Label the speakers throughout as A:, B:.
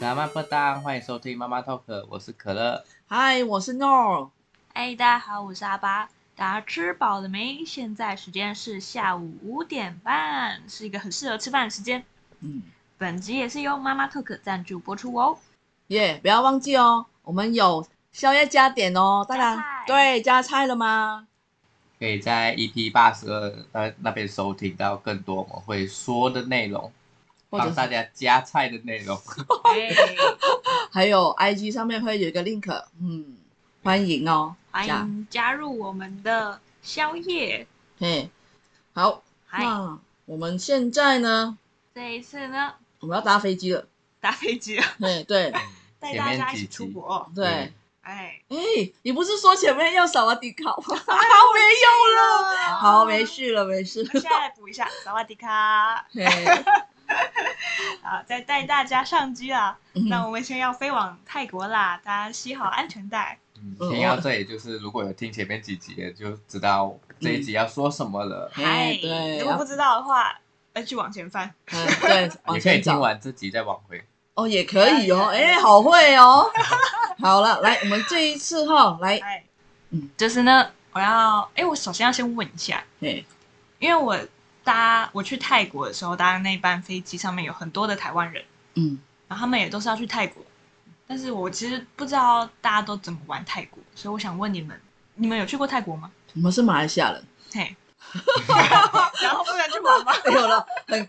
A: 妈妈不当，欢迎收听妈妈 talk，我是可乐。
B: 嗨，我是 No。
C: 哎，大家好，我是阿巴。大家吃饱了没？现在时间是下午五点半，是一个很适合吃饭的时间。
B: 嗯，
C: 本集也是由妈妈 Talk 赞助播出哦。
B: 耶、不要忘记哦，我们有宵夜加点哦，大家
C: 加菜
B: 对加菜了吗？
A: 可以在 EP 八十二那那边收听到更多我们会说的内容，
B: 或者
A: 帮大
B: 是
A: 家加菜的内容。
C: 哎，
B: 还有 IG 上面会有一个 link，嗯，欢迎哦，
C: 欢
B: 加。
C: 迎加入我们的宵夜。
B: 嘿，好，
C: 嗨，
B: 那我们现在呢，
C: 这一次呢，
B: 我们要搭飞机了。
C: 搭飞机了，
B: 嘿，对
C: 带
A: 前
C: 大
A: 面
C: 家一
A: 几
C: 起
A: 集
C: 出 国。
B: 对，
C: 哎，
A: 嗯
B: 哎、你不是说前面要扫瓦迪卡 吗？ 没有了，好，没。事了，没事。
C: 现在来补一下，萨瓦迪卡
B: 嘿，
C: 啊！再带大家上机啊！那
B: 嗯
C: 我们先要飞往泰国啦，大家系好安全带。
A: 嗯
B: 嗯
A: 听到这里就是，如果有听前面几集的，就知道这一集要说什么了。
B: 嘿
C: 嗨，
B: 对
C: 如果不知道的话，呃，去往前翻。
B: 嗯，对，往
A: 也可以
B: 前
A: 听
B: 找。
A: 完这集再往回。
B: 哦，也可以哦，
C: 哎
B: 哎、好会哦。 好了，来，我们这一次哈，来，
C: 哎，
B: 嗯
C: 就是呢，我要，哎，我首先要先问一下，
B: 哎，
C: 因为我搭我去泰国的时候搭那班飞机上面有很多的台湾人，
B: 嗯，
C: 然后他们也都是要去泰国，但是我其实不知道大家都怎么玩泰国，所以我想问你们，你们有去过泰国吗？
B: 我们是马来西亚人，
C: 嘿，然后不能去 玩吗？
B: 没有了，很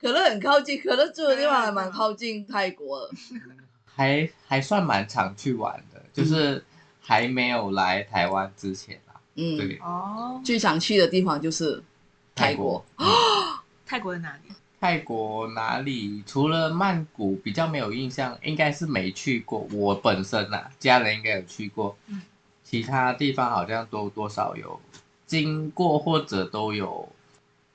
B: 可乐很靠近，可乐住的地方还蛮靠近泰国的，
A: 还还算蛮常去玩的，就是还没有来台湾之前啊，
B: 嗯，
A: 对，
C: 哦，
B: 最常去的地方就是泰国，
A: 嗯
C: 泰国的哪里？
A: 泰国哪里？除了曼谷比较没有印象，应该是没去过。我本身啊，家人应该有去过，
C: 嗯
A: 其他地方好像都多少有经过或者都有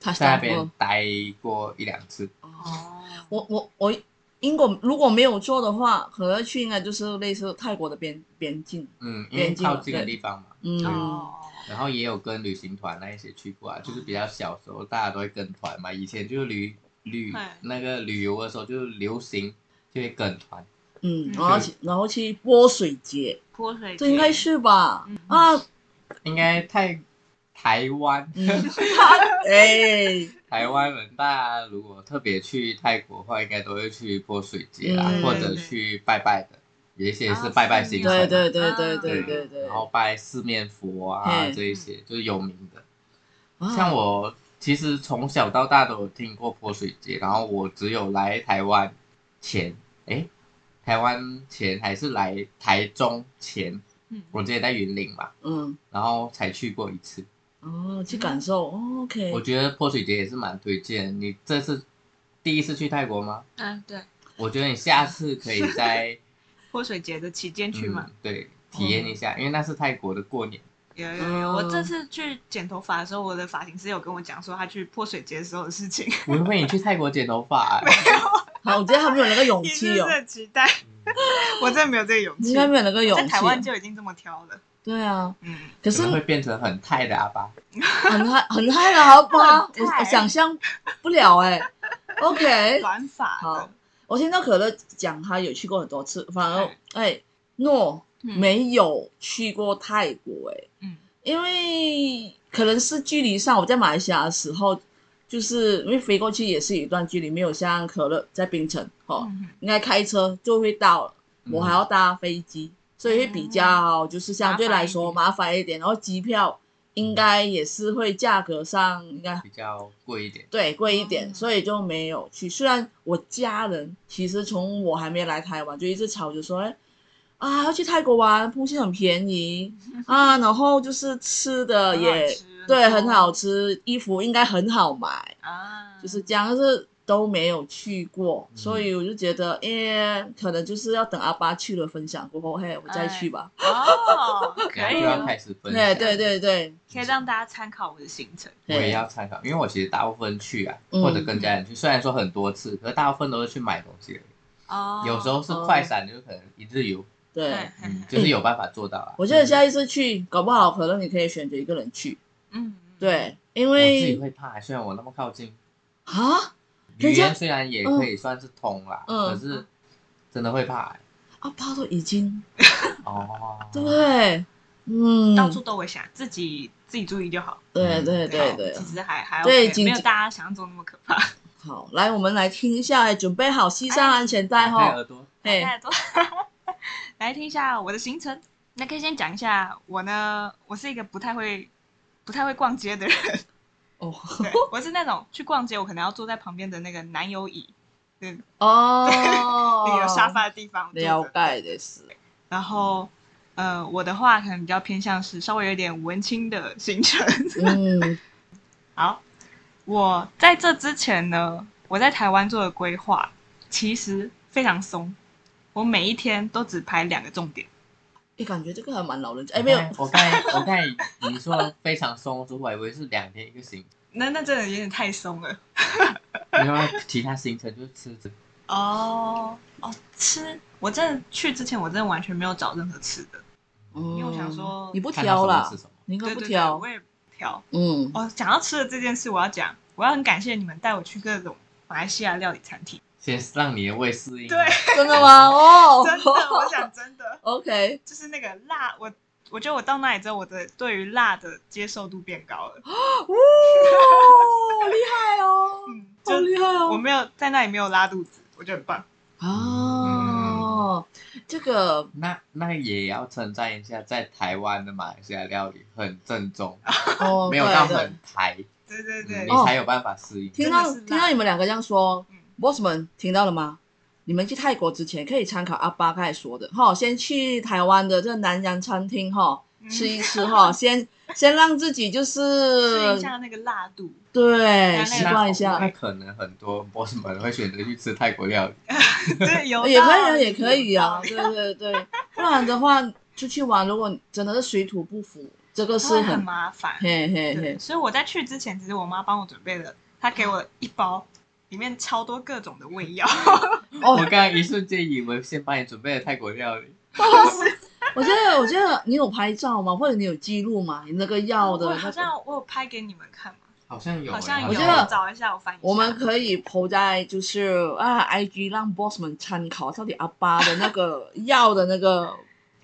B: 他
A: 在那边待过一两次。
B: 哦，
C: 哦，
B: 我我我，英国如果没有错的话，可乐去应该就是类似泰国的边边境，
A: 嗯，因为
B: 边境了
A: 靠近的地
B: 对
A: 方嘛。
B: 嗯，
C: 哦，
A: 然后也有跟旅行团那一些去过啊，就是比较小时候大家都会跟团嘛，以前就是旅旅
C: 嗯
A: 那个旅游的时候就是流行就会跟团，
B: 嗯，
C: 嗯
B: 然后去然后去泼水节，
C: 泼水节
B: 这应该是吧？啊，
A: 应该太台湾
B: 嗯， 他哎，
A: 台湾人大家如果特别去泰国的话，应该都会去泼水节啦，
B: 嗯
A: 或者去拜拜的，有一些是拜拜行程、
C: 啊
B: 对对对
C: 是
B: 对
C: 啊
B: 对对对
A: 然，后拜四面佛啊
B: 嗯
A: 这一些就是有名的。
B: 啊
A: 像我其实从小到大都有听过泼水节，然后我只有来台湾前，诶，台湾前还是来台中前，
C: 嗯，
A: 我之前在云林嘛，
B: 嗯，
A: 然后才去过一次。
B: 哦，去感受、哦、，OK，
A: 我觉得泼水节也是蛮推荐。你这次第一次去泰国吗？
C: 嗯，对，
A: 我觉得你下次可以在
C: 泼水节的期间去嘛
A: 嗯，，对体验一
B: 哦
A: 下，因为那是泰国的过年。
C: 有有
B: 嗯
C: 有，我这次去剪头发的时候，我的发型师有跟我讲说他去泼水节的时候的事情，
A: 我以为你去泰国剪头发、
B: 好，我觉得他们有那个 勇
C: 也是
B: 气哦，
C: 很期 待，我真的没有这个勇
B: 应
C: 气，
B: 该没有那个勇
C: 在
B: 气，
C: 台湾就已经这么挑了，
B: 对啊，
C: 嗯，
A: 可
B: 可是
A: 能会变成很泰的阿爸。
B: 很嗨很嗨了，好吧，
C: 很
B: 我
C: 嗨
B: 我想象不了哎、OK，
C: 短发
B: 哎好
C: 的，
B: 我听到可乐讲他有去过很多次，反而
C: 嗨
B: 哎诺、
C: 嗯，
B: 没有去过泰国哎、
C: 嗯，
B: 因为可能是距离上，我在马来西亚的时候，就是因为飞过去也是有一段距离，没有像可乐在槟城哦，
C: 嗯
B: 应该开车就会到了，
A: 嗯
B: 我还要搭飞机，所以会比较就是相对来说麻烦一点，然后机票应该也是会价格上应该
A: 比较贵一点。
B: 对贵一点，
C: 哦
B: 所以就没有去。虽然我家人其实从我还没来台湾就一直吵着说，哎啊要去泰国玩，布线很便 宜啊，然后就是吃的
C: 很好
B: 哦也
C: 吃
B: 对
C: 很
B: 很
C: 多
B: 好吃，衣服应该很好买，
C: 啊，
B: 就是这样，但是都没有去过，
A: 嗯
B: 所以我就觉得，耶，可能就是要等阿巴去了分享过后，嘿，我再去吧。
C: 哦，可
A: 然后
C: 以
A: 就要
C: 哦，
A: 开始哎分
B: 啊对
A: 享。
B: 对，对对，
C: 可以让大家参考我的行程，
A: 我也要参考，因为我其实大部分去啊，
B: 嗯
A: 或者跟家人去，虽然说很多次，可是大部分都是去买东西而已。
C: 哦，
A: 有时候是快闪，就是可能一日游，
B: 对。
C: 对，
A: 嗯，就是有办法做到啊。
B: 哎我觉得下一次去，搞不好可能你可以选择一个人去，
C: 嗯，，
B: 对，因
A: 嗯我自
B: 为
A: 己会怕，虽然我那么靠近，
B: 啊，
A: 语
B: 人家
A: 言虽然也可以算是通啦，
B: 嗯
A: 可是真的会怕、欸、
B: 啊，怕都已经
A: 哦。
B: 对，嗯，
C: 到处都会想，自己自己注意就好。
B: 对对对
C: 好
B: 对，
C: 其实还还
B: 对
C: OK，
B: 紧
C: 没有
B: 紧
C: 大家想象中那么可怕。
B: 好，来我们来听一下，准备好系上安全带
A: 戴
B: 哈
A: 耳，朵，
B: 哎，
C: 太多。 来听一下我的行程。那可以先讲一下我呢，我是一个不太会、不太会逛街的人。
B: 哦
C: 对，我是那种去逛街，我可能要坐在旁边的那个男友椅，
B: 哦，
C: 那个有沙发的地方坐
B: 了
C: 着。
B: 解的是，
C: 然后，呃，我的话可能比较偏向是稍微有点文青的行程。
B: 嗯，
C: 好，我在这之前呢，我在台湾做的规划其实非常松，我每一天都只排两个重点。
B: 你感觉这个还蛮老人家，哎，没有，
A: 我刚才我刚才你说非常松，我以为是两天一个行，
C: 那那真的有点太松了。
A: 因为其他行程就是吃这个
C: 哦哦，吃！我真的去之前，我真的完全没有找任何吃的，
B: 因
C: 因为我想说
B: 嗯你不
A: 看到
B: 挑
A: 什么
B: 啦
A: 吃，什么。
B: 你应该
C: 对
B: 不
C: 对对
B: 挑
C: 我，也不挑。
B: 嗯，
C: 哦，讲到吃的这件事，我要讲，我要很感谢你们带我去各种马来西亚料理餐厅。
A: 先让你的胃适应。啊
C: 对，
B: 真的吗？哦，
C: 真的，我想真的，
B: ，OK，
C: 就是那个辣，我我觉得我到那里之后，我的对于辣的接受度变高了。
B: 哇，厉害哦，
C: 嗯，就
B: 好厉害哦，
C: 我没有在那里没有拉肚子，我觉得很棒。
B: 哦，这个
A: 那那也要称赞一下，在台湾的马来西亚料理很正宗，
B: 哦，
A: 没有到
B: 对对哦
A: 很台，
C: 对对
A: 嗯
C: 对，
A: 你才有办法适应。
B: 听到
C: 真的是
B: 听
C: 辣
B: 到你们两个这样说
C: 嗯
B: ，boss 们听到了吗？你们去泰国之前可以参考阿巴刚才说的哈，先去台湾的这个南洋餐厅哈
C: 嗯
B: 吃一吃哈，先先让自己就
C: 适
B: 是
C: 应一下那个辣度。
B: 对
C: 那
B: 习惯一下
A: 那，可能很多 boss 们会选择去吃泰国料理，
C: 对，有
B: 也可以
C: 道
B: 啊，
C: 理
B: 也可以啊，
C: 有
B: 对
C: 道理
B: 对对，不然的话出去玩，如果真的是水土不服，这个是
C: 会
B: 很
C: 很麻烦。
B: 嘿嘿
C: 对，
B: 嘿，
C: 所以我在去之前，其实我妈帮我准备了，她给我一包，里面超多各种的胃 药。
A: 我
B: 哦
A: 刚，才一瞬间以为先帮你准备了泰国料理，
B: 我觉得我觉得你有拍照吗？或者你有记录吗？你那个药的
C: 哦我
B: 那
C: 好
B: 个。
C: 像我有拍给你们看嘛，
A: 好像有欸，
C: 好像有，
B: 我觉得
C: 找一下，我翻一下。
B: 我们可以 PO 在就是啊，IG 让 boss 们参考，到底阿巴的那 个药的那个，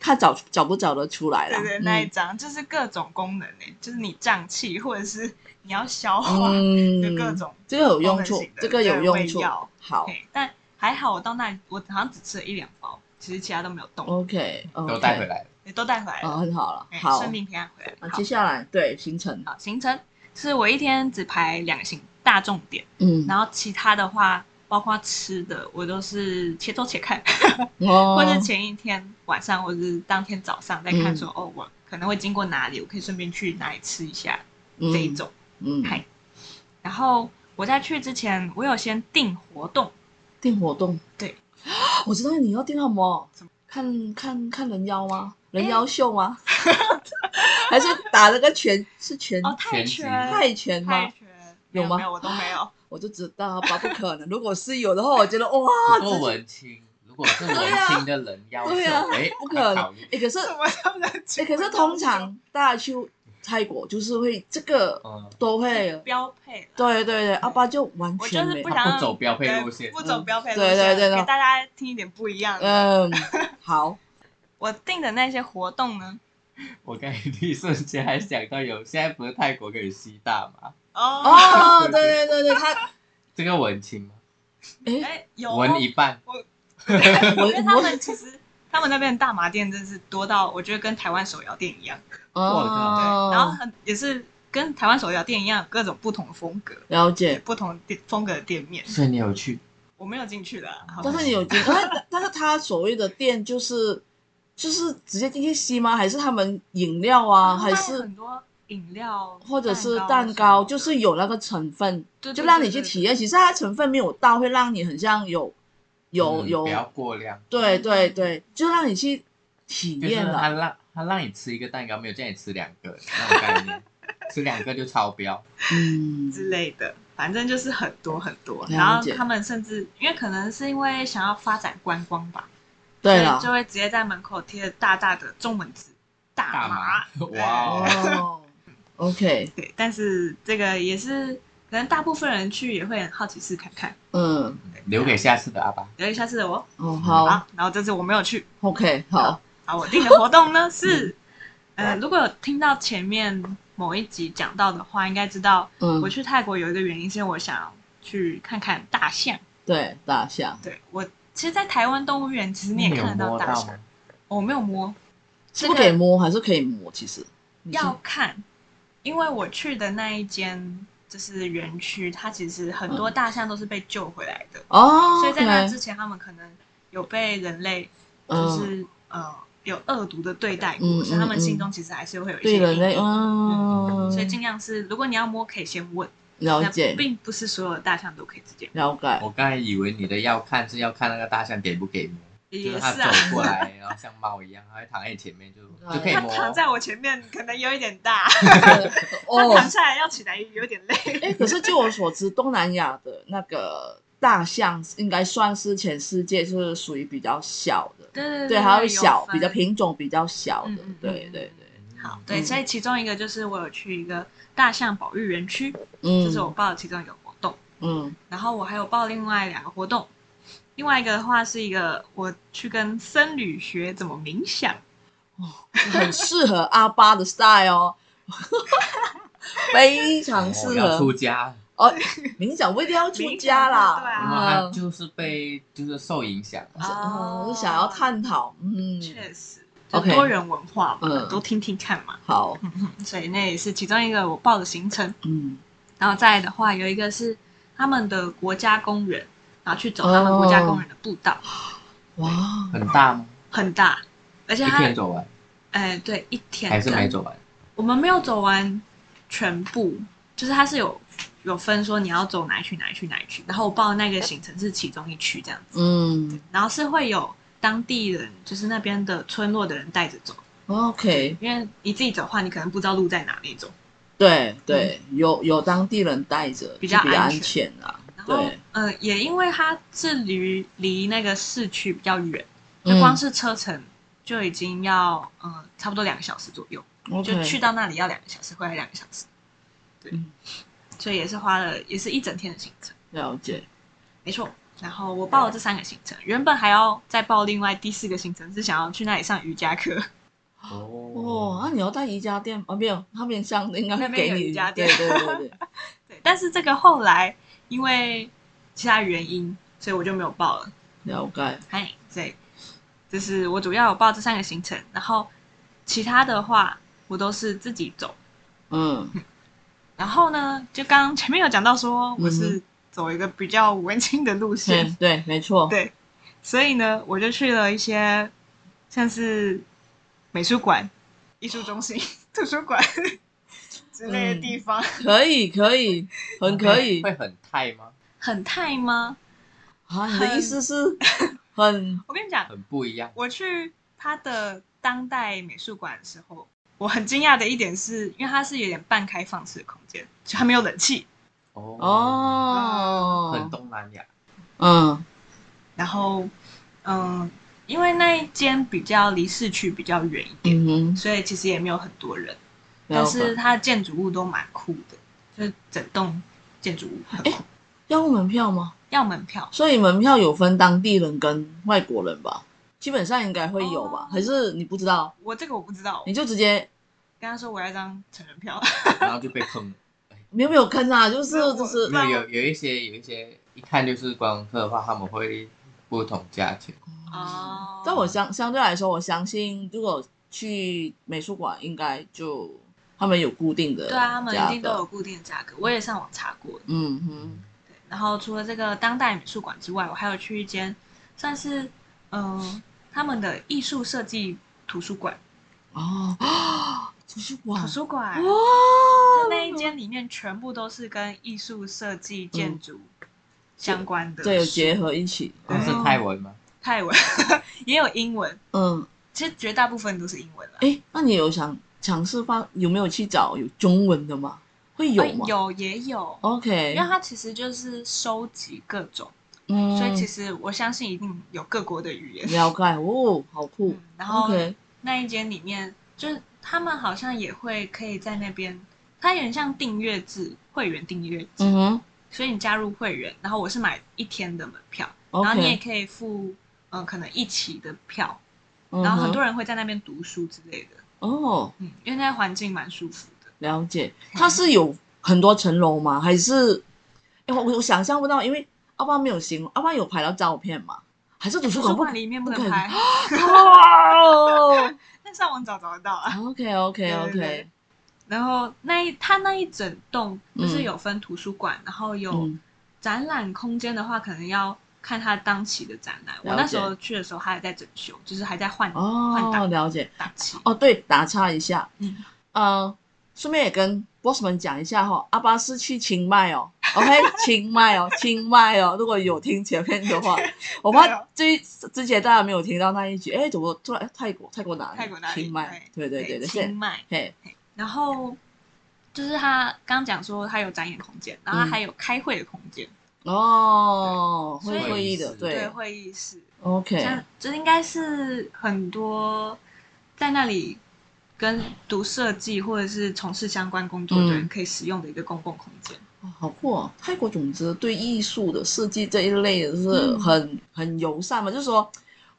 B: 看找找不找得出来啦。嗯
C: 对对那一张，就是各种功能诶，就是你胀气或者是你要消化，
B: 嗯，
C: 就各
B: 嗯，
C: 种。
B: 这个有用
C: 功能
B: 处
C: 性，的
B: 这个有用处
C: 对胃药。
B: 好
C: 嘿但还好我到那里，我好像只吃了一两包，其实其他都没有动，
B: ，OK，
A: 都带回，来了。
C: 也都带回来
B: 啊，
C: 了，
B: 很好了，
C: 嘿
B: 哦好。
C: 顺便平安回来。
B: 啊，
C: 好
B: 接下来对行程，
C: 好，行程是我一天只排两个行大重点。
B: 嗯，
C: 然后其他的话，包括吃的，我都是且走且看，
B: 哦
C: 或者前一天晚上，或者是当天早上再
B: 嗯
C: 看说，哦，我可能会经过哪里，我可以顺便去哪里吃一下、这一，种。哎
B: 嗯，嗯
C: 嗨然后我在去之前，我有先定活动，
B: 订活动，
C: 对，
B: 我知道你要订什么
C: 什么，哎
B: 看看看人妖吗？人妖秀吗？ 还是打了个拳？是拳？
C: 哦，泰
A: 拳击
C: 拳，
B: 泰拳
C: 泰
B: 吗？
C: 拳没
B: 有
C: 有
B: 吗
C: 没有，我都没 有。
B: 我就知道吧，不可能。如果是有的话，我觉得哇，
A: 不过文青，如果是文青的人要求
B: 哦 对啊，
A: 哎，
B: 不可
A: 要
B: 能
A: 考。虑
B: 哎，可是
C: 什么叫人
B: 哎，可是通常大家去泰国就是会这个
A: 嗯，
B: 都会，
C: 标配了，
B: 对对对，阿巴就完
C: 我就
B: 全
C: 是
B: 没
C: 不，
A: 他
C: 想
A: 不走标配路线
C: 对，不走标配
B: 嗯
C: 路
B: 对
C: 线，
B: 对对对
C: 给大家听一点不一样的。
B: 嗯，好，
C: 我定的那些活动呢，
A: 我刚才一瞬间还想到有，现在不是泰国可以吸大麻，
C: 哦，
B: 哦，对对对对，他
A: 这个文青吗？
B: 哎，
C: 哎，有哦
A: 文一半，
B: 我
C: 因为他
B: 我
C: 们其 实他们那边的大麻店真是多到我觉得跟台湾手摇店一样，对，
B: 哦，
C: 然后很也是跟台湾手摇店一样，有各种不同的风格，
B: 了解，
C: 不同的风格的店面，
A: 所以你有去？
C: 我没有进去了，好
B: 但是你有觉得，但但是他所谓的店就是就是直接进去吸吗？还是他们饮料啊，还
C: 他们有
B: 是
C: 很多饮料
B: 或者是
C: 蛋
B: 蛋糕，
C: 什么的
B: 就是有那个成分，
C: 对对
B: 就
C: 对
B: 让你去
C: 对对
B: 体验。其实它成分没有到，会让你很像有有
A: 嗯
B: 有
A: 不，要过量，
B: 对对对，就让你去体
A: 就是
B: 验
A: 他
B: 了。
A: 让他让你吃一个蛋糕，没有叫你吃两个那种概念，吃两个就超标。
B: 嗯，
C: 之类的，反正就是很多很多。
B: 解
C: 然后他们甚至因为可能是因为想要发展观光吧，
B: 对
C: 所
B: 了
C: 以，就会直接在门口贴着大大的中文字“大
A: 大麻
C: 麻”，
A: 哇
B: 哦，OK，
C: 对，但是这个也是，可可能大部分人去也会很好奇试看看。
B: 嗯，
A: 留给下次的阿爸。
C: 留意下次的我，
B: 哦，好
C: 好，然后这次我没有去。
B: ，OK，好，
C: 好，我定的活动呢是，呃，如果有听到前面某一集讲到的话，应该知道
B: 嗯
C: 我，去泰国有一个原因，是因为我想要去看看大象。
B: 对，大象，
C: 对我，其实，在台湾动物园其实你也
A: 有
C: 看得
A: 摸
C: 大
A: 到
C: 象，
A: 吗？
C: 我没有摸，
B: 是
C: 这
B: 不
C: 个
B: 可以摸还是可以摸？其实嗯你是
C: 要看，因为我去的那一间就是园区，它其实很多大象都是被救回来的，
B: 哦，
C: 所以在那
B: OK，
C: 之前，他们可能有被人类就
B: 嗯，
C: 是、呃有恶毒的对待过，
B: 嗯嗯
C: 所以他们心
B: 嗯
C: 中其实还是会有一
B: 对
C: 些
B: 人
C: 阴
B: 类，
C: 影
B: 嗯，
C: 所以尽量是，如果你要摸，可以先问。
B: 了
C: 那
B: 解
C: 并不是所有的大象都可以直接摸，
B: 了 解，
A: 我刚才以为你的要看是要看那个大象给不给摸，就
C: 也
A: 是
C: 是
A: 它
C: 啊。
A: 走过来，然后像猫一样，它会躺在你前面就
B: 对
A: 就可以
C: 它
A: 摸。
C: 躺在我前面可能有一点 大，它
B: 哦，
C: 躺下来要起来有点累。
B: 哎，可是据我所知，东南亚的那个大象应该算是全世界是属于比较小的，
C: 对对
B: 对，还有小，
C: 分
B: 比较品种比较小的
C: 嗯嗯，
B: 对
C: 嗯
B: 对对，
C: 好，对，
B: 嗯
C: 所以其中一个就是我有去一个大象保育园区，
B: 嗯，
C: 这是我报的其中一个活动。
B: 嗯
C: 然后我还有报另外两个活动，另外一个的话是一个我去跟僧侣学怎么冥想，
B: 很适合阿巴的 style 哦，非常适
A: 哦要
B: 合
A: 出家，
B: 哦。冥想不一定要出家啦，
C: 冥
A: 然
C: 想
A: 后
B: 嗯
A: 他就是被就是受影响，
B: 嗯，我想要探讨，嗯，
C: 确实，就
B: OK
C: 多人文化嘛
B: 嗯，
C: 多听听看嘛。
B: 好，
C: 所以那也是其中一个我报的行程。
B: 嗯，
C: 然后再来的话，有一个是他们的国家公园，然后去走他们国家公园的步道，
A: 哦
B: 哇，
A: 很大吗？
C: 很大，而且
A: 一
C: 它
A: 天走完
C: 哎，对，一天
A: 还是
C: 的
A: 没走完？
C: 我们没有走完全部，就是它是有有分说你要走哪一区、哪一区、哪一区，然后我报的那个行程是其中一区这样子，
B: 嗯
C: 然后是会有当地人，就是那边的村落的人带着走，
B: ，OK，
C: 因为你自己走的话，你可能不知道路在哪那种。
B: 对对，有有当地人带着，
C: 嗯比较
B: 就比较
C: 安
B: 安
C: 全
B: 全啊，
C: 然后
B: 对，
C: 呃，也因为它是离离那个市区比较远，
B: 嗯
C: 就光是车程就已经要呃差不多两个小时左右。就
B: OK
C: 去到那里要两个小时，回来两个小时。对，
B: 嗯
C: 所以也是花了也是一整天的行程，
B: 了解，
C: 没错。然后我报了这三个行程，原本还要再报另外第四个行程，是想要去那里上瑜伽课。
B: 哦，那、
A: 哦，
B: 你要带瑜伽垫啊？没有，他们上应该
C: 嗯
B: 会
C: 那边
B: 给
C: 有
B: 你
C: 瑜伽
B: 对
C: 垫
B: 对对对，
C: 对，但是这个后来因为其他原因，所以我就没有报了。
B: 了 解。
C: 哎，所以就是我主要有报这三个行程，然后其他的话我都是自己走。
B: 嗯，
C: 然后呢，就刚刚前面有讲到说我是走一个比较文青的路线，
B: 对对，没错。
C: 对，所以呢，我就去了一些像是美术馆、艺术中心、图书馆 之类的地方。
B: 可以可以，很可以
A: 会很泰吗？
C: 很泰吗？
B: 啊！你的意思是很
C: 我跟你讲，
A: 很不一样，
C: 我去它的当代美术馆的时候，我很惊讶的一点是，因为它是有点半开放式的空间，就它没有冷气，
A: 哦，
B: 哦，
A: 很东南亚，
B: 嗯
C: 然后嗯。因为那一间比较离市区比较远一点，
B: 嗯哼，
C: 所以其实也没有很多人。但
B: 了
C: 是
B: 解。
C: 它的建筑物都蛮酷的，就是整栋建筑物很酷。
B: 要门票吗？
C: 要门票，
B: 所以门票有分当地人跟外国人吧？基本上应该会有吧？
C: 哦
B: 还是你不知道？
C: 我这个我不知道。
B: 你就直接
C: 跟他说我要一张成人票，
A: 然后就被坑 了。
B: 没有没有坑啊？就是
C: 没有我
B: 就是
A: 没有有有一些有一些一看就是观光客的话，他们会不同价钱。
C: 哦
B: 但我相相对来说，我相信如果去美术馆，应该就他们有固定的
C: 对啊，他们一定都
B: 价
C: 有
B: 格。
C: 固定的价格，我也上网查过。
B: 嗯哼，
C: 对，然后除了这个当代美术馆之外，我还有去一间算是嗯、呃他们的艺术设计图书馆，
B: 哦啊，图书馆
C: 图书馆。
B: 哇，
C: 那一间里面全部都是跟艺术设计、建筑相关的
B: 嗯
C: 书，
B: 对有结合一起，
A: 那是泰文吗？
C: 泰文也有英文，
B: 嗯，
C: 其实绝大部分都是英文啦。
B: 哎，那你有想尝试放有没有去找有中文的吗？会有吗哦
C: 呃？有也有，
B: ，OK，
C: 因为它其实就是收集各种，
B: 嗯，
C: 所以其实我相信一定有各国的语言。
B: 了解哦，好酷
C: 嗯。然后
B: OK，
C: 那一间里面，就是他们好像也会可以在那边，它有点像订阅制，会员订阅制，
B: 嗯哼
C: 所以你加入会员，然后我是买一天的门票，然后你也
B: ，OK，
C: 可以付嗯、呃可能一期的票，
B: 嗯哼
C: 然后很多人会在那边读书之类的，
B: 哦，
C: 嗯，因为那环境蛮舒服的。
B: 了解，它是有很多层楼吗？还是？因为我我想象不到，因为阿爸没有形容，阿爸有拍到照片嘛？还是图书馆
C: 图书
B: 不
C: 馆里面不
B: 不可
C: 能
B: 以
C: 拍，
B: 哇哦
C: 但上网找找得到啊。
B: ！OK OK
C: 对对
B: OK，
C: 对然后那一它那一整栋就是
B: 嗯
C: 有分图书馆，然后有
B: 嗯
C: 展览空间的话，可能要看它当期的展览。我
B: 了
C: 那时
B: 解
C: 候去的时候，它还在整修，就是还在换、换
B: 哦，
C: 档
B: 了解
C: 档期。
B: 哦。对，打岔一下，
C: 嗯，
B: 呃，顺便也跟 boss 们讲一下哈、阿巴是去清迈哦，OK，清 迈哦，清迈哦。如果有听前面的 话，我
C: 对
B: 怕
C: 哦
B: 之之前大家没有听到那一句，哎，怎么突然哎泰国泰国哪里？
C: 泰国那里
B: 哦清迈，对对对对，
C: 清
B: 是
C: 迈。
B: 嘿，
C: 然后就是他刚讲说他有展演空间，
B: 嗯
C: 然后它还有开会的空间，
B: 哦，
C: 所
B: 会
C: 以
B: 会议的，
A: 是
C: 对
B: 对
C: 会议室，
B: ，OK，
C: 像这应该是很多在那里跟读设计或者是从事相关工作的人
B: 嗯
C: 可以使用的一个公共空间。
B: 哦好酷哦！泰国总之对艺术的设计这一类的就是
C: 嗯
B: 很、很友善嘛，就是说，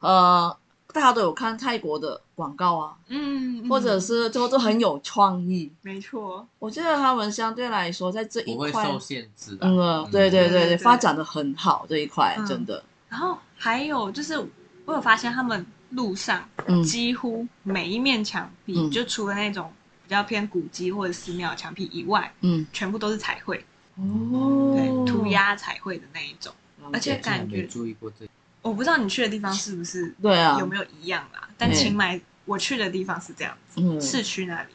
B: 呃，大家都有看泰国的广告啊，
C: 嗯
B: 或者
C: 嗯
B: 是就都很有创意。
C: 没错，
B: 我觉得他们相对来说在这一
A: 不会
B: 块，
A: 受限制啊的。
B: 嗯，呃对对对
C: 嗯对
B: 对，
C: 对
B: 发展的很好这一块，
C: 嗯
B: 真的，
C: 然后还有就是我有发现他们路上
B: 嗯
C: 几乎每一面墙壁，
B: 嗯
C: 就除了那种比较偏古迹或者寺庙的墙壁以外，
B: 嗯，
C: 全部都是彩绘。
B: 哦，
C: 对，涂鸦彩绘的那一种。
B: 了
C: 而且
B: 解
A: 竟然
C: 感觉
A: 没注意过这，
C: 我不知道你去的地方是不是
B: 对啊
C: 有，没有一样啦，但清迈我去的地方是这样子，
B: 嗯
C: 市区那里。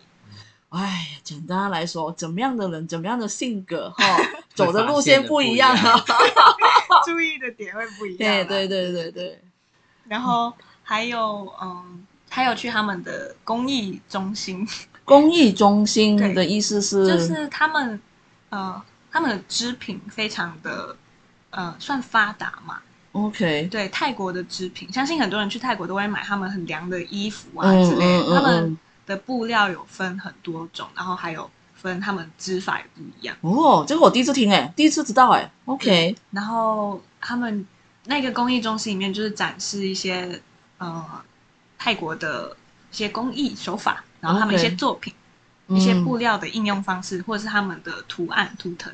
B: 哎呀，简单来说，怎么样的人，怎么样的性格 哈，走
A: 会
B: 的
A: 发
B: 路
A: 现
B: 线
A: 的
B: 不
A: 不
B: 一
A: 一
B: 样
A: 样
B: 啊，
C: 注意的点会不一样
B: 对
C: 啦。
B: 对对对对，
C: 然后还有嗯，还有去他们的公益中心，
B: 公益中心
C: 对
B: 的意思是，
C: 就是他们呃他们的织品非常的呃算发达嘛，
B: OK，
C: 对泰国的织品，相信很多人去泰国都会买他们很凉的衣服啊
B: 嗯
C: 之类
B: 嗯
C: 的。
B: 嗯
C: 他们
B: 嗯
C: 的布料有分很多种，然后还有分他们织法也不一样。
B: 哦，这个我第一次听哎、第一次知道哎、OK，
C: 然后他们那个公益中心里面就是展示一些呃泰国的一些工艺手法，然后他们一
B: OK
C: 些作品、一些
B: 嗯
C: 布料的应用方式，或者是他们的图案图腾。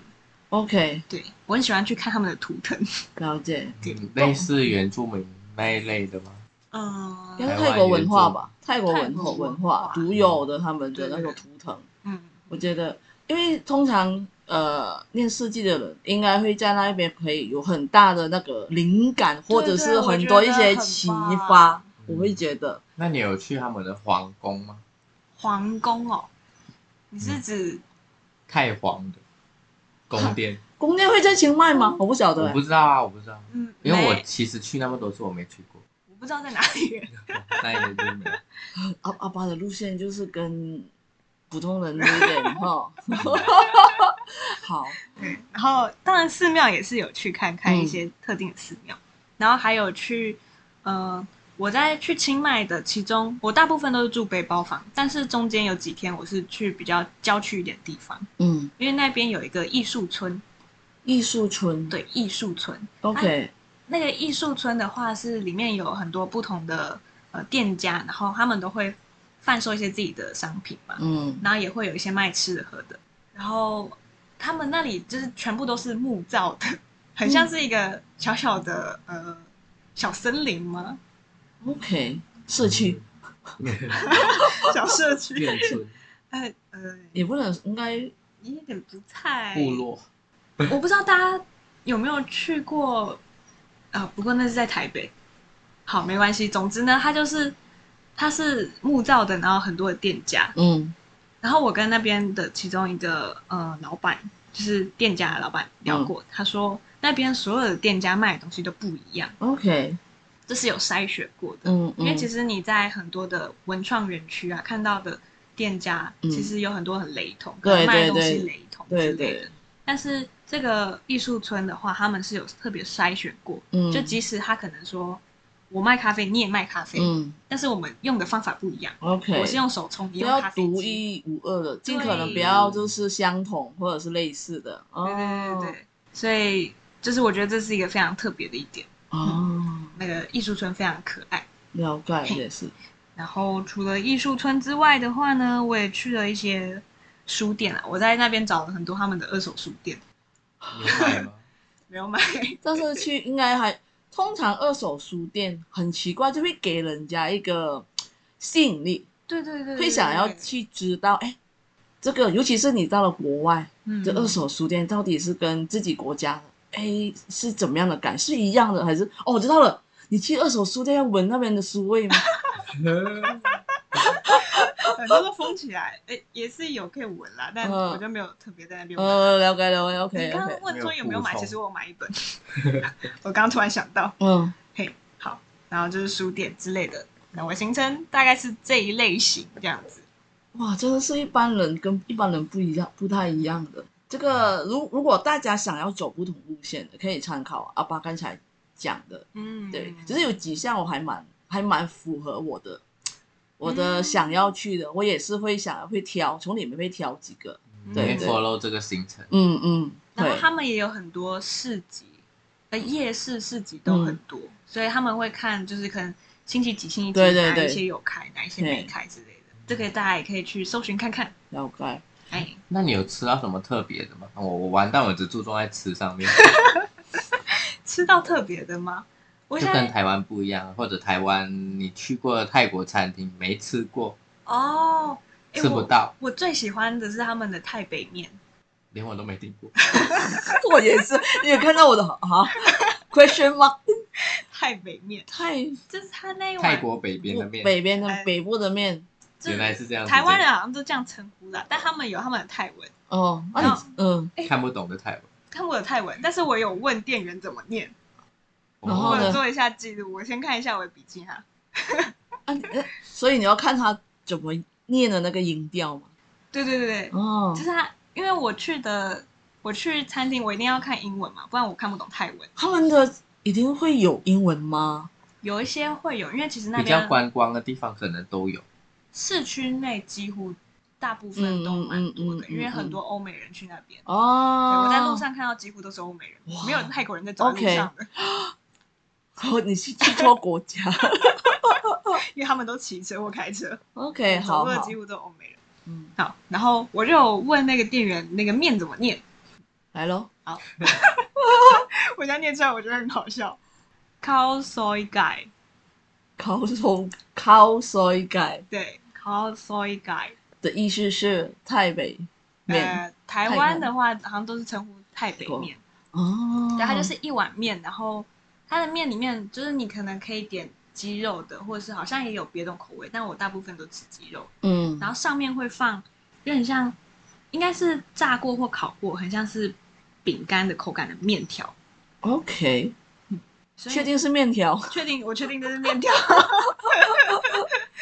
B: OK，
C: 对我很喜欢去看他们的图腾。
B: 了解，
A: 嗯类似原住民那一类的吗？
C: 嗯
B: 应该
A: 台
B: 是
A: 湾
B: 泰国文化
A: 原住
B: 吧，泰国文
C: 泰
B: 化
C: 国文
B: 文化
C: 化
B: 独有的他们的
C: 对
B: 那个
C: 对
B: 图腾，
C: 嗯，
B: 我觉得，因为通常呃念设计的人应该会在那边可以有很大的那个灵感，或者
C: 对
B: 是
C: 我觉
B: 很多一
C: 得
B: 些
C: 很
B: 启
C: 棒
B: 发，
A: 嗯
B: 我会觉得
A: 那你有去他们的皇宫吗？
C: 皇宫哦，你是指
A: 太皇的宫殿，
B: 宫殿会在清迈吗？我不晓得、
A: 我
B: 哎
A: 不知道啊，我不知道，
C: 嗯，
A: 因为我
C: 没
A: 其实去那么多次，我没去过。
C: 我不知道在哪里。
A: 那一类就是没有。
B: 阿阿巴的路线就是跟普通人有一 点哈，好，
C: 对，然后当然寺庙也是有去看看一些特定的寺庙，然后还有去，呃，我在去清迈的其中，我大部分都是住背包房，但是中间有几天我是去比较郊区一点地方，
B: 嗯，
C: 因为那边有一个艺术村，
B: 艺术村，
C: 对，艺术村。
B: ，OK，
C: 那个艺术村的话是里面有很多不同的呃店家，然后他们都会贩售一些自己的商品嘛，
B: 嗯，
C: 然后也会有一些卖吃的喝的，然后他们那里就是全部都是木造的，很像是一个小小的呃小森林吗？
B: OK，社 区
C: 小社区？
A: 眷村、
C: 呃呃，
B: 也不能，应该
C: 有点不太，
A: 部落，
C: 我不知道大家有没有去过啊、不过那是在台北。好，没关系。总之呢，它就是它是木造的，然后很多的店家，
B: 嗯
C: 然后我跟那边的其中一个呃老板，就是店家的老板聊
B: 嗯
C: 过，他说那边所有的店家卖的东西都不一样，
B: ，OK，
C: 这是有筛选过的。
B: 嗯，
C: 因为其
B: 实
C: 实你在很多的文创园区啊看到的店家，
B: 嗯
C: 其实有很多很雷同，
B: 对
C: 可能卖的东
B: 对
C: 西
B: 对
C: 雷同之类
B: 对
C: 的。
B: 对，
C: 但是这个艺术村的话，他们是有特别筛选过，
B: 嗯，
C: 就即使他可能说我卖咖啡，你也卖咖啡，
B: 嗯
C: 但是我们用的方法不一样。
B: ，OK，
C: 我是用手冲，
B: 不
C: 你用
B: 要
C: 咖啡
B: 独
C: 机。
B: 一无二的，尽可能
C: 对
B: 不要就是相同或者是类似的。哦
C: 对对对对，所以就是我觉得这是一个非常特别的一点，
B: 哦，
C: 那个艺术村非常可爱。
B: 了解也是。
C: 然后除了艺术村之外的话呢，我也去了一些书店啊，我在那边找了很多他们的二手书店，
A: 你有买吗？
C: 没有买。
B: 但是去应该还通常二手书店很奇怪，就会给人家一个吸引力，
C: 对对对对，
B: 会想要
C: 对
B: 去知道，哎，这个尤其是你到了国外，
C: 嗯
B: 这二手书店到底是跟自己国家的，哎，是怎么样的感？是一样的还是？哦，我知道了，你去二手书店要闻那边的书味吗？
C: 很多都封起来，哎，也是有可以闻啦，但
B: 嗯
C: 我就没有特别在那边闻。
B: 呃，了解了解
C: 你
B: ，OK
C: 刚
B: OK，
C: 刚问说有没有
A: 没
C: 买，
A: 有补充
C: 其实我有买一本， 我刚刚突然想到，
B: 嗯，
C: 嘿，好，然后就是书店之类的。那我行程大概是这一类型这样子。
B: 哇，真的是一般人跟一般人不一样，不太一样的。这个如如果大家想要走不同路线的，可以参考阿巴刚才讲的，
C: 嗯，
B: 对，只是有几项我还蛮还蛮符合我的我的
C: 嗯
B: 想要去的，我也是会想会挑，从里面会挑几个，
A: 你
B: 对
A: 会
B: 对
A: follow 这个行程，
B: 嗯嗯，
C: 然后
B: 对，
C: 他们也有很多市集，呃，夜市市集都很多，所以他们会看，就是可能星期几、星期几
B: 嗯对对
C: 哪
B: 对
C: 一些有开，哪一些没开之类的。这个大家也可以去搜寻看看。
B: 了解。
C: 哎，
A: 那你有吃到什么特别的吗？我我完蛋，我只注重在吃上面，
C: 吃到特别的吗？我
A: 就
C: 现
A: 跟
C: 在
A: 台湾不一样，或者台湾你去过的泰国餐厅没吃过，
C: 哦，哎
A: 吃不到，
C: 我。我最喜欢的是他们的太北面，
A: 连我都没听过。
B: 我也是，你也看到我的啊 question mark
C: 太北面
B: 太
C: 就是他那一碗
A: 泰国北边的面，
B: 北边的
C: 哎
B: 北部的面
C: 就是
A: 原来是这样子，
C: 台湾人好像都这样称呼啦，但他们有他们的泰文，
B: 哦，那
C: 然
B: 你
C: 后
B: 嗯，
A: 看不懂的泰文。
C: 看我有泰文，但是我有问店员怎么念，
B: 然后
C: 我
B: 呢
C: 有
A: 哦
C: 做一下记录，我先看一下我的笔记哈。
B: 啊，你呃所以你要看他怎么念的那个音调嘛。
C: 对对对对，
B: 哦
C: 就，是他，因为我去的，我去餐厅我一定要看英文嘛，不然我看不懂泰文。
B: 他们的一定会有英文吗？
C: 有一些会有，因为其实那
A: 比较
C: 边
A: 观光的地方可能都有，
C: 市区内几乎大部分都蛮
B: 嗯
C: 多
B: 嗯嗯嗯
C: 的，
B: 嗯
C: 因为很多欧美人去那边。对
B: 哦，
C: 我在路，上看到几乎都是欧美人
B: 哇，
C: 没有泰国人在走在路上的，
B: 哦，你是去错国 家。
C: 因为他们都骑车或开车，
B: OK，好哎
C: 走路的
B: 好，
C: 几乎都是欧美人。
B: 嗯，
C: 好，然后我就有问那个店员那个面怎么念，
B: 来咯。
C: 我现在念出来我觉得很好笑。Cow soy guy，
B: 烤松烤水盖
C: 对，cow soy guy。
B: 的意思是太北面
C: 呃，台湾的话好像都是称呼太北面，
B: 哦，
C: 对，它就是一碗面，
B: 嗯
C: 然后它的面里面就是你可能可以点鸡肉的，或者是好像也有别种口味，但我大部分都吃鸡肉，
B: 嗯
C: 然后上面会放有点像，应该是炸过或烤过，很像是饼干的口感的面条。
B: ，OK，
C: 所以
B: 确定是面条，
C: 确定，我确定这是面条。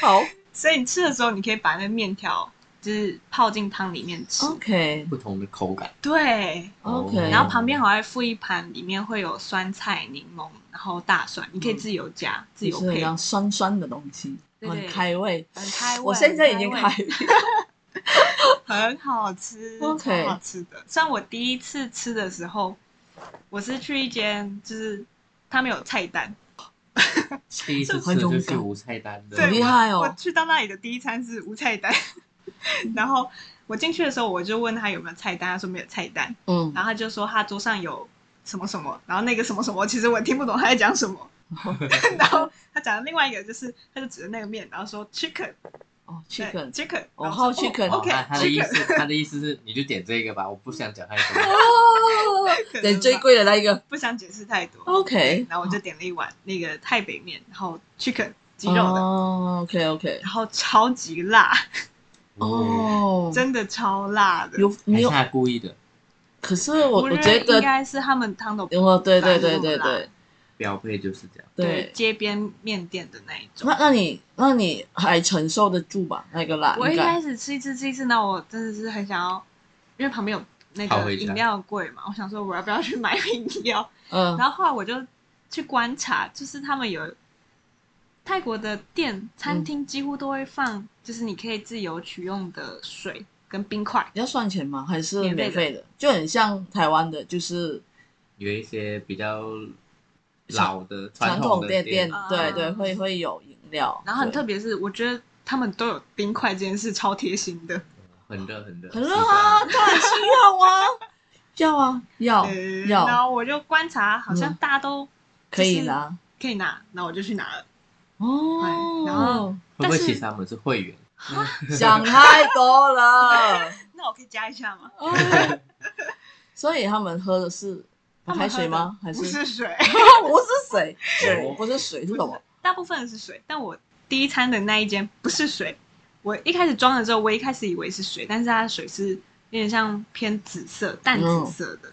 B: 好
C: 所以你吃的时候，你可以把那面条就是泡进汤里面吃。
B: 哦，OK
A: 不同的口感。
C: 对，
A: 哦
B: OK，
C: 然后旁边还会附一盘，里面会有酸菜、柠檬，然后大蒜，你可以
B: 嗯
C: 自由加、自
B: 就
C: 由
B: 是很
C: 配，
B: 像酸酸的东西，
C: 对对
B: 很开胃。
C: 很开胃。
B: 我现在已经开
C: 很
B: 胃，
C: 胃， 很好吃
B: OK
C: 超好吃的。虽然我第一次吃的时候，我是去一间，就是他们有菜单，
A: 第一次吃就是无菜单的，
C: 对
B: 很厉害
C: 我
B: 哦。
C: 去到那里的第一餐是无菜单， 然后我进去的时候我就问他有没有菜单，他说没有菜单，
B: 嗯，
C: 然后他就说他桌上有什么什么，然后那个什么什么，其实我也听不懂他在讲什 么。 然后他讲的另外一个就是，他就指着那个面，然后说 chicken
B: 哦
C: 对
B: ，chicken，
C: chicken，
B: 哦
C: 然后
B: 好 chicken
A: 哦
C: OK
A: 那他的意
C: chicken，
A: 思，他的意思是你就点这个吧，我不想讲太多。
B: 哦，
C: 可能
B: 点
C: 吧
B: 最贵的那一个
C: 不想解释太多。
B: ，OK，
C: 然后我就点了一碗那个太北面，然后 chicken 鸡肉的，
B: 哦，OK OK，
C: 然后超级辣，
B: 哦，
C: 真的超辣的。
B: 有
A: 嗯还
B: 你
A: 是
B: 有，
A: 他故意的
B: 可是我我
C: 认为
B: 觉
C: 应
B: 得，
C: 该是他们汤头
B: 哦，对对对
C: 反正
B: 对
C: 我们
B: 对
C: 啦
A: 标配就是这样。
B: 对。
C: 街边面店的那一种。
B: 那那你那你还承受得住吧？那个辣，
C: 我一
B: 应该
C: 开始吃一次吃一次，那我真的是很想要，因为旁边有那
A: 跑
C: 个
A: 回家
C: 饮料柜嘛，我想说我要不要去买饮料？
B: 嗯
C: 然后后来我就去观察，就是他们有泰国的店餐
B: 嗯
C: 厅几乎都会放，就是你可以自由取用的水跟冰块。
B: 你要算钱吗？还是
C: 免费
B: 免
C: 的
B: 费的？就很像台湾的，就是
A: 有一些比较老的
B: 传
A: 统
B: 店
A: 的
B: 店，对
C: 啊
B: 对，会会有饮料，
C: 然后很
B: 对
C: 特别是，我觉得他们都有冰块这件事超贴心的。
A: 很热很热，
B: 很热啊，当然需要啊，要啊，要
C: 对嗯然
B: 要，
C: 后我就观察，好像
B: 嗯
C: 大家都
B: 可以
C: 就是
B: 啦。
C: 可以拿，然后我就去拿了。
B: 哦，
C: 然后
A: 会不会
C: 但是
A: 其实他们是会员？
B: 想太多了，
C: 那我可以加一下吗？
B: 哎所以他们喝的是白开水吗？
C: 他
B: 还
C: 们喝的不
B: 是
C: 是水？
B: 不是水？水
A: 哦
B: 不是水是什么？
C: 大部分是水，但我第一餐的那一间不是水。我一开始装的时候，我一开始以为是水，但是它的水是有点像偏紫色、淡紫色的。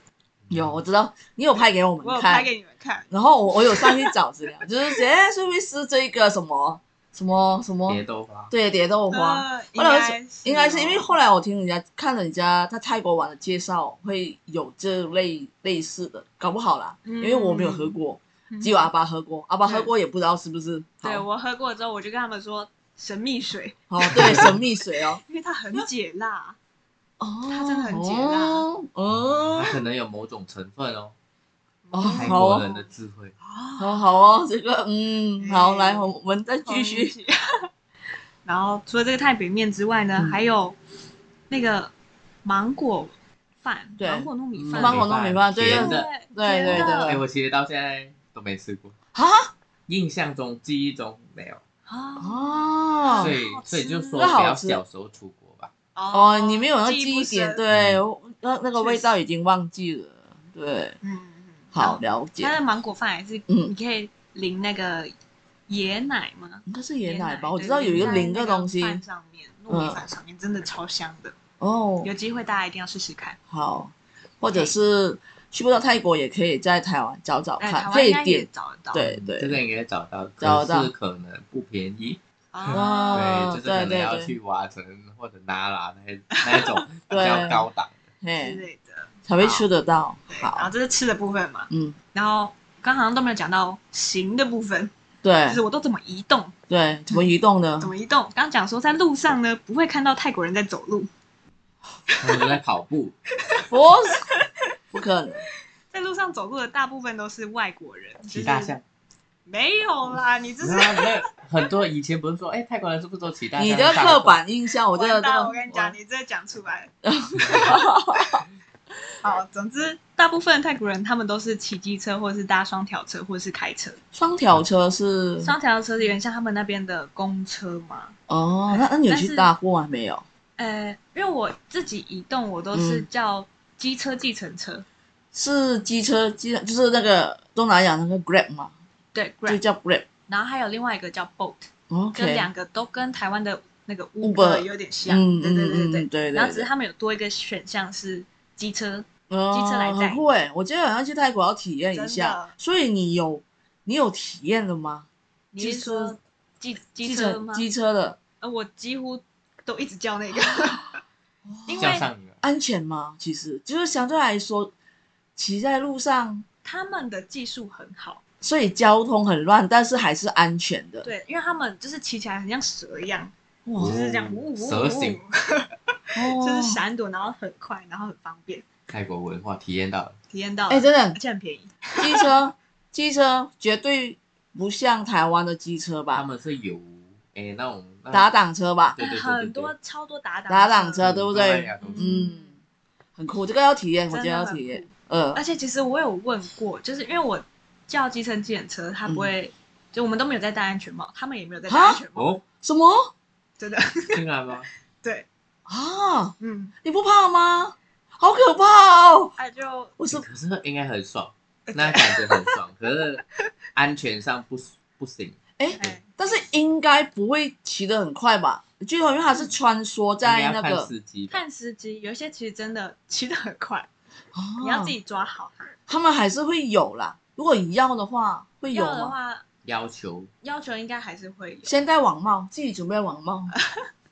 B: 有我知道，嗯你有拍给我
C: 我
B: 们
C: 有拍
B: 看，
C: 给你们看，
B: 然后我我有上去找资料，就是写哎，是不是这个什么什么什么？
A: 蝶豆花，
B: 对，蝶豆花。
C: 呃
B: 后来我想应
C: 应
B: 该
C: 该哦
B: 是因为后来我听人家看了人家他泰国玩的介绍，会有这类类似的，搞不好啦，
C: 嗯
B: 因为我没有喝过，只有
C: 有
B: 阿巴喝过，阿巴喝过也不知道是不是好
C: 对我喝过之后，我就跟他们说神秘水，
B: 哦，对，神秘水 哦，
C: 因为它很解辣。
B: 哦，
C: 它真的很解辣
B: 哦，哦
A: 它，可能有某种成分哦，
B: 哦
C: 嗯
A: 泰
B: 好
A: 国
B: 哦
A: 人的智慧。
B: 好好哦，这个嗯，好，
C: 哎
B: 来，我我们再继续，。
C: 然后除了这个太北面之外呢，
B: 嗯
C: 还有那个芒果饭，
B: 对
C: 芒果糯米
A: 嗯
C: 饭，
B: 芒果糯米饭对
A: 甜
B: 对
A: 的。
B: 对对
C: 甜的
A: 哎，
B: 对
A: 我其实到现在都没吃过，
B: 啊，
A: 印象中、记忆中没有，
C: 啊
B: 哦
A: 所以
C: 好吃
A: 所以就说
B: 那
A: 比
B: 好
A: 较
B: 吃
A: 小时候出国吧。
B: 哦，你没有那
C: 记
B: 记
C: 忆不
B: 忆点，
C: 深，
B: 对
A: 嗯，
B: 我那那个味道已经忘记了，对，
C: 嗯嗯，嗯
B: 好，。了解
C: 它，的芒果饭也是，
B: 嗯
C: 你可以淋那个椰奶吗？
B: 应该嗯是椰奶吧，我
C: 对
B: 知道有一个零
C: 淋在那
B: 个东西，嗯
C: 饭上面，糯米饭上面真的超香的，
B: 哦，
C: 有机会大家一定要试试看。
B: 好，或者是去不到泰国也可以在台湾找找
C: 哎
B: 看，
C: 台
B: 可
C: 湾
B: 以
C: 应该也
B: 点，
C: 找得到，
B: 对
A: 嗯
B: 对
A: 这个应该找到，
B: 找
A: 可
B: 到
A: 是可能不便宜。
C: 啊，
B: 哦
A: 对，就是可
B: 对
A: 能
B: 对
A: 要
B: 对
A: 去瓦城或者拿拉那一那一 种比较
B: 对
A: 高档的。
C: 之
B: 嘿，
C: 类的。
B: 才会吃得到。
C: 对，然后
B: 好，
C: 这是吃的部分嘛，
B: 嗯，
C: 然后刚好像都没有讲到行的部分，
B: 对
C: 就是我都怎么移动，
B: 对，怎么移动呢
C: 怎？么移动。刚讲说在路上呢，不会看到泰国人在走路，
A: 他们都在跑步，
B: 不 是，不可能，
C: 在路上走路的大部分都是外国人，
A: 骑大象。
C: 没有啦，
B: 嗯
C: 你这是
A: 然后那很多以前不是说，哎，泰国人是不是都骑大象？
B: 你这个刻板印象，我真的
C: 完
B: 真
C: 蛋，
B: 的，
C: 我跟你讲，你这讲出来。 好，总之大部分泰国人他们都是骑机车，或者是搭双条车，或者是开车。
B: 双条车是
C: 双条车有点像他们那边的公车嘛，
B: 哦，那那你有
C: 但
B: 去
C: 是
B: 搭过吗？没有，
C: 呃，因为我自己移动，我都是叫机车计程车，
B: 是机车机就是那个东南亚那个 Grab 嘛，
C: 对
B: 就
C: ，Grab，
B: 叫 Grab。
C: 然后还有另外一个叫 Boat，这
B: 嗯 OK，
C: 两个都跟台湾的那个
B: Uber
C: Uber 有点像，
B: 嗯
C: 对对对
B: 嗯嗯
C: 对
B: 嗯对对
C: 然后只
B: 对
C: 是他们有多一个选项是机车，
B: 机
C: 车来载
B: 很酷哎！我今天晚上去泰国要体验一
C: 真
B: 下
C: 的，
B: 所以你有你有体验了吗？
C: 你是
B: 机车
C: 说机机车吗？
B: 机车的
C: 呃，我几乎都一直叫那个，因
A: 叫
C: 为
A: 上你了。
B: 安全吗？其实就是相对来说，骑在路上，
C: 他们的技术很好，
B: 所以交通很乱，但是还是安全的。，
C: 对，因为他们就是骑起来很像蛇一样，
B: 哇
C: 就
A: 哦，
C: 是这样，呜呜呜
A: 蛇形
B: 哦
C: 就是闪躲，然后很快，然后很方便，
A: 泰国文化体验到了，
C: 体验到了，
B: 哎，真
C: 而
B: 的，
C: 且很便宜。
B: 机车机车绝对不像台湾的机车
A: 他
B: 吧？
A: 们是有哎那种
C: 嗯
A: 那种
B: 打挡车吧？
A: 对对对对对
C: 很多超多打
B: 打
C: 挡
B: 挡车对不对
A: 东南亚东西
B: 嗯，很酷，这个要体验，我
C: 真
B: 觉得
C: 的
B: 要
C: 很
B: 体验
C: 酷。。哎
B: 呃
C: 而，且其实我有问过，就是因为我叫计程计程车，他不会，
B: 嗯
C: 就我们都没有在戴安全帽，他们也没有在戴安全帽，
A: 哦，
B: 什么
C: 真的，
A: 进来吗？
C: 对，
B: 啊？
C: 嗯，
B: 你不怕吗？好可怕哦！
C: 哎就
B: 我是
A: 可是应该很爽，那感觉很爽，可是安全上不不行，
B: 哎，
C: 哎，
B: 但是应该不会骑得很快吧？就因为它是穿梭在
A: 应
B: 那
A: 该要看
B: 个，
A: 司机吧。
C: 看司机，有一些其实真的 骑得很快，
B: 啊
C: 你要自己抓好它。
B: 他们还是会有啦。如果你要的话，会有啊
C: 要的
B: 吗？
C: 话，
A: 要求，
C: 要求应该还是会有。
B: 先戴网帽，自己准备网 帽。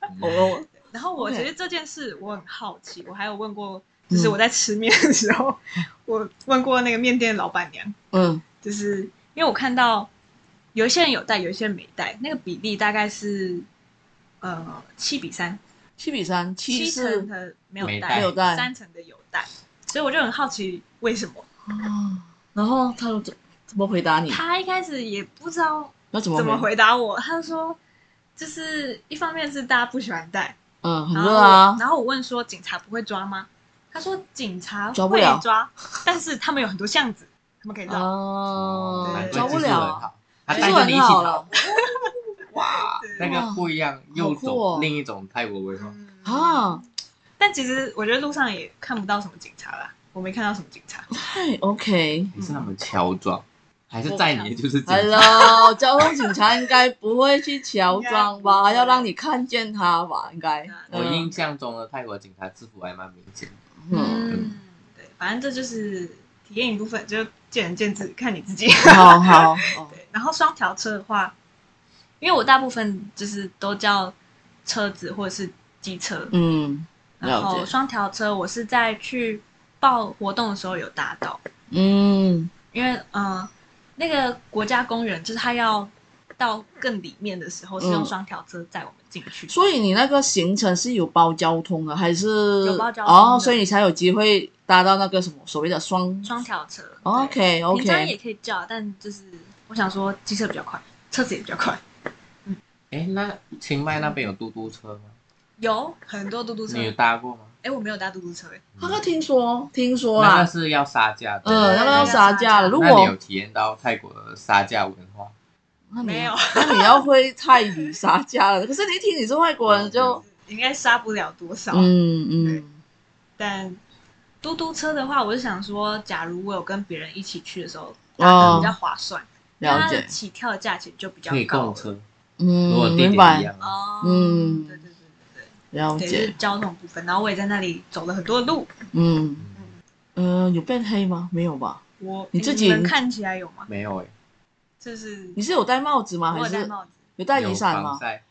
A: 嗯
B: 哦，
C: 然后我
B: OK
C: 其实这件事我很好奇，我还有问过，就是
B: 嗯
C: 我在吃面的时候， 我问过那个面店的老板娘，
B: 嗯
C: 就是因为我看到有一些人有带，有一些人没带，那个比例大概是呃七比三，
B: 七比三，
C: 七
B: 是
C: 成的没有
A: 没
C: 带，
A: 带没有
B: 带
C: 三成的有带，所以我就很好奇为什么
B: 啊。然后他又怎怎么回答你？
C: 他一开始也不知道
B: 那怎么
C: 怎么？回答我，他就说就是一方面是大家不喜欢带，
B: 嗯，很
C: 然后
B: 热啊
C: 我。然后我问说警察不会抓吗？他说警察
B: 抓不
C: 会
B: 了啊
C: 抓，但是他们有很多巷子，他们可以绕。
A: 嗯
B: 哦
C: 对，
B: 抓
C: 抓
B: 不
C: 不
B: 了，，
A: 他
B: 技
A: 带
B: 术
A: 着你一
B: 很
A: 起
B: 好
A: 逃
B: 了，
A: 哇，那个不一样，又
B: 好酷哦
A: 种另一种泰国文化。
B: 啊。
C: 但其实我觉得路上也看不到什么警察啦，我没看到什么警察。
B: 太哎 OK。
A: 你是他们乔装，还是在你就是警察？
B: Hello，交通警察应该不会去乔装
C: 应该不
B: 吧？
C: 会啊
B: 要让你看见他吧，应该。
A: 我
B: 嗯
A: 印象中的泰国警察制服还蛮明显的，
B: 嗯，
C: 嗯，对，反正这就是体验一部分，就见仁见智，看你 自己。
B: 好好，哦
C: 对，然后双条车的话，因为我大部分就是都叫车子或者是机车，
B: 嗯，
C: 然后
B: 了解，
C: 双条车我是在去报活动的时候有搭到，
B: 嗯
C: 因为嗯、呃那个国家公园就是他要到更里面的时候是用
B: 嗯
C: 双条车载我们进去。
B: 所以你那个行程是有包交通的，还是
C: 有包交通的
B: 哦？所以你才有机会搭到那个什么所谓的双
C: 双条车。对
B: 哦？OK
C: 平常
B: OK，
C: 也可以叫，但就是我想说机车比较快，车子也比较快。
A: 哎，那清迈那边有嘟嘟车吗？
C: 有很多嘟嘟车，
A: 你有
C: 哎、
A: 搭过吗？
C: 我没有搭嘟嘟车、哎，
B: 他听说听说
A: 那个
C: 啊
B: 啦，
A: 是要杀价的，
C: 呃
B: 嗯，那个要杀价了。如
A: 那你
B: 果
A: 有体验到泰国的杀价文化？
B: 那你
C: 没有，
B: 那你要会泰语杀价了。可是你一听你是外国
C: 哦
B: 人就
C: 应该杀不了多少。
B: 嗯嗯
C: 对但嘟嘟车的话，我是想说，假如我有跟别人一起去的时候，
B: 哦
C: 比较划算，因为
B: 了
C: 它的
B: 解，
C: 起跳价钱就比较
A: 可以
C: 高
A: 共
C: 了。
A: 车，如果地
B: 嗯，
A: 点
B: 明
A: 一
B: 白
A: 样，
C: 哦，
B: 嗯
C: 对对对对
B: 了
C: 对，对，就是
B: 解，
C: 交通部分。然后我也在那里走了很多路。
B: 嗯
A: 嗯
B: 呃，有变黑吗？没有吧？
C: 我
B: 你自己
C: 们看起来有吗？
A: 没有哎，
C: 就是
B: 你是有戴帽子吗？
C: 我
B: 还
C: 有戴
B: 是
C: 帽子，
B: 有戴雨
A: 有
B: 伞
A: 防
B: 吗？
A: 晒，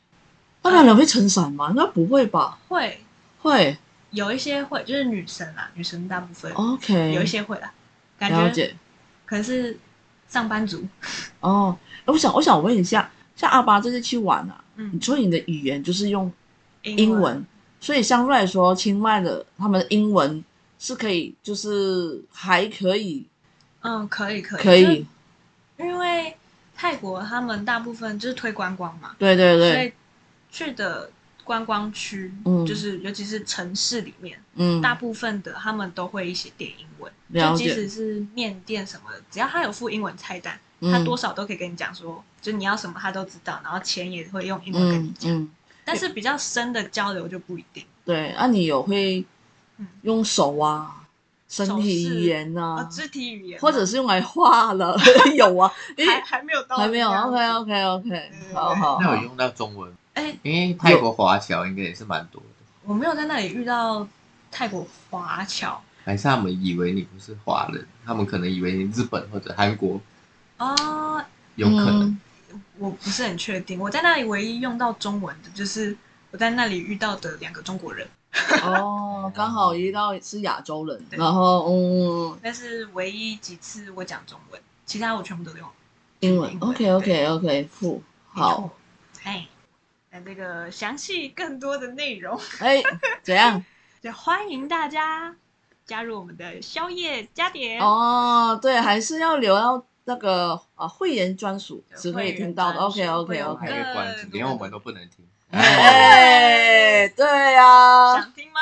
B: 那两人会撑伞吗？应该不会吧？
C: 会
B: 会
C: 有一些会，就是女生啦，女生大部分、
B: 哦，OK，
C: 有一些会啦，感
B: 了
C: 觉
B: 解
C: 可能是上班族，
B: 哦。哎我想，我想问一下，像阿巴这次去玩啊，
C: 嗯，
B: 所以你的语言就是用
C: 英
B: 英文，所以相对来说，清迈的他们的英文是可以，就是还可以，
C: 嗯，可以可以
B: 可
C: 就是
B: 以，
C: 因为泰国他们大部分就是推观光嘛，
B: 对对
C: 所
B: 对，
C: 以去的观光区，
B: 嗯
C: 就是尤其是城市里面，
B: 嗯，
C: 大部分的他们都会一些点英文，
B: 了
C: 就即
B: 解，
C: 使是面店什么的，只要他有附英文菜单，
B: 嗯
C: 他多少都可以跟你讲说，就你要什么他都知道，然后钱也会用英文跟你
B: 嗯
C: 讲。
B: 嗯，
C: 但是比较深的交流就不一定。
B: 对，那你有会
C: 嗯
B: 用手啊、身
C: 手
B: 体
C: 势
B: 语言
C: 哦
B: 呐，，
C: 肢体语言吗，
B: 啊或者是用来画 了，有啊，诶
C: 还还没有 到
B: 还没有
C: 那样子
B: ，OK 啊 OK OK，
C: 对
B: 好好，
A: 那有
B: 好
A: 用到中文吗？
C: 哎，
A: 因为泰国华侨应该也是蛮多的，
C: 我没有在那里遇到泰国华侨
A: 还是他们以为你不是华人，他们可能以为你日本或者韩国，
C: 哦，
A: 有可能。
B: 嗯
C: 我不是很确定。我在那里唯一用到中文的就是我在那里遇到的两个中国人，
B: 哦，刚好遇到是亚洲人，
C: 对
B: 然后嗯，
C: 那是唯一几次我讲中文，其他我全部都用
B: 英文
C: 英文
B: ，OK OK OK，酷，好，。
C: 哎，那这个详细更多的内容，
B: 哎，怎样？
C: 就欢迎大家加入我们的宵夜加点。
B: 哦，对，还是要留到那个啊会员专属
C: 对
B: 是可以
C: 会员
B: 听到的
C: 专属
B: ，OK OK
A: 还
B: OK，
C: 会有
A: 有关注，连我们都不能 听。哎，
B: 哎，对啊，
C: 想听吗？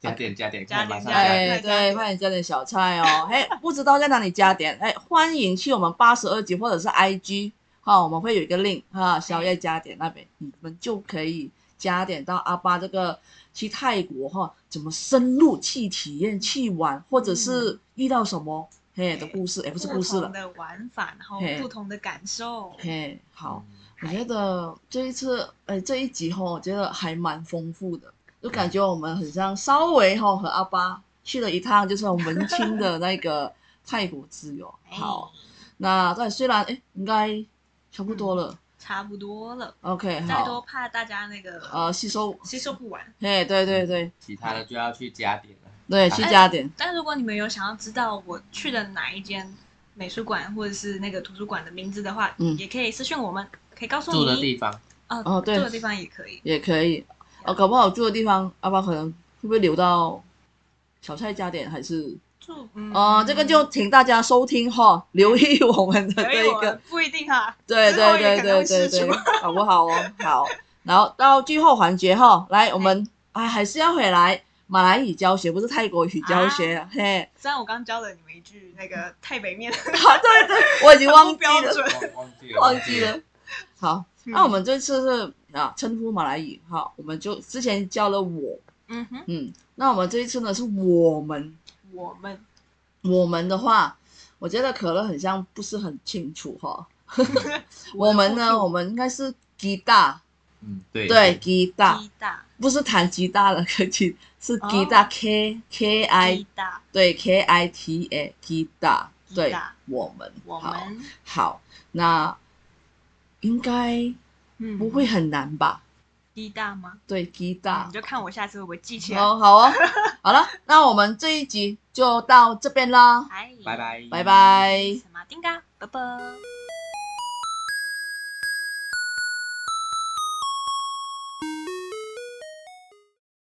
A: 加点加点，
C: 加
A: 看马
C: 点
A: 上
C: 加
A: 加
C: 点
A: 点。
B: 哎，对，快点加点小菜哦。 嘿，不知道在哪里加点，哎，欢迎去我们八十二集或者是 IG 哈、我们会有一个 link 哈、宵夜加点那边，你们就可以加点到阿巴这个去泰国哈、怎么深入去体验、去玩，或者是遇到什么、嘿的故事，哎，不是故事
C: 不
B: 了
C: 同，的玩法，然后
B: 嘿
C: 不同的感受。
B: 嘿，好，我觉得这一次，哎，这一集哈、我觉得还蛮丰富的，就
C: 嗯
B: 感觉我们很像稍微哈、和阿巴去了一趟，就是很文青 的那个泰国之游。
C: 哎
B: 好，那但虽然哎，应该差不多了。
C: 差不多了，
B: OK，
C: 嗯再多
B: 好，
C: 怕大家那个
B: 呃，吸收，
C: 吸收不完。
B: 嘿，对对对
A: 其他的就要去加点了。
C: 呃
B: 对，去加点。
C: 但如果你们有想要知道我去的哪一间美术馆或者是那个图书馆的名字的话，
B: 嗯
C: 也可以私信我们，可以告诉
A: 住的
C: 你
A: 地方，
C: 啊，
B: 哦对
C: 住的地方也可以。
B: 也可以。哦，搞不好住的地方，阿爸可能会不会留到小蔡家点，还是
C: 住嗯
B: 哦，这个就请大家收听哈，留意我们的
C: 可
B: 这
C: 以，
B: 一
C: 我
B: 个
C: 们，不一定哈。
B: 对
C: 之后
B: 对
C: 也
B: 对
C: 可能
B: 对
C: 会
B: 对
C: 试
B: 对
C: 出，
B: 好不好哦？好，然后到最后环节哈，来我们哎还是要回来马来语教学，不是泰国语教学，啊嘿，
C: 虽然我刚教了你们一句那个太北面，
B: 好对对，我已经 忘
C: 不
B: 记
C: 标
B: 了，
C: 准。
A: 忘忘记了，
B: 忘记了。好，
C: 嗯
B: 那我们这次是啊称呼马来语哈，我们就之前教了我，
C: 嗯哼，
B: 嗯，那我们这一次呢是我们，
C: 我们
B: 我们的话，我觉得可乐很像不是很清楚哈。我们呢，我们应该是吉他，
A: 嗯，对
B: 对，，吉他，
C: 鸡大
B: 不是弹吉他的， 可吉是吉他
C: 哦
B: K K
C: 鸡
B: I
C: 大，
B: 对 K I T A 吉他，
C: 吉
B: 对
C: 他，
B: 我们
C: 我
B: 好
C: 们
B: 好，那应该
C: 嗯
B: 不会很难吧？
C: 鸡大吗？
B: 对，吉
C: 嗯
B: 他
C: 你，就看我下次会不会记起来。啊
B: 好好哦， 好了，那我们这一集就到这边啦，
C: 哎
A: 拜拜，
B: 拜拜。
C: 什么？丁嘎，啵啵。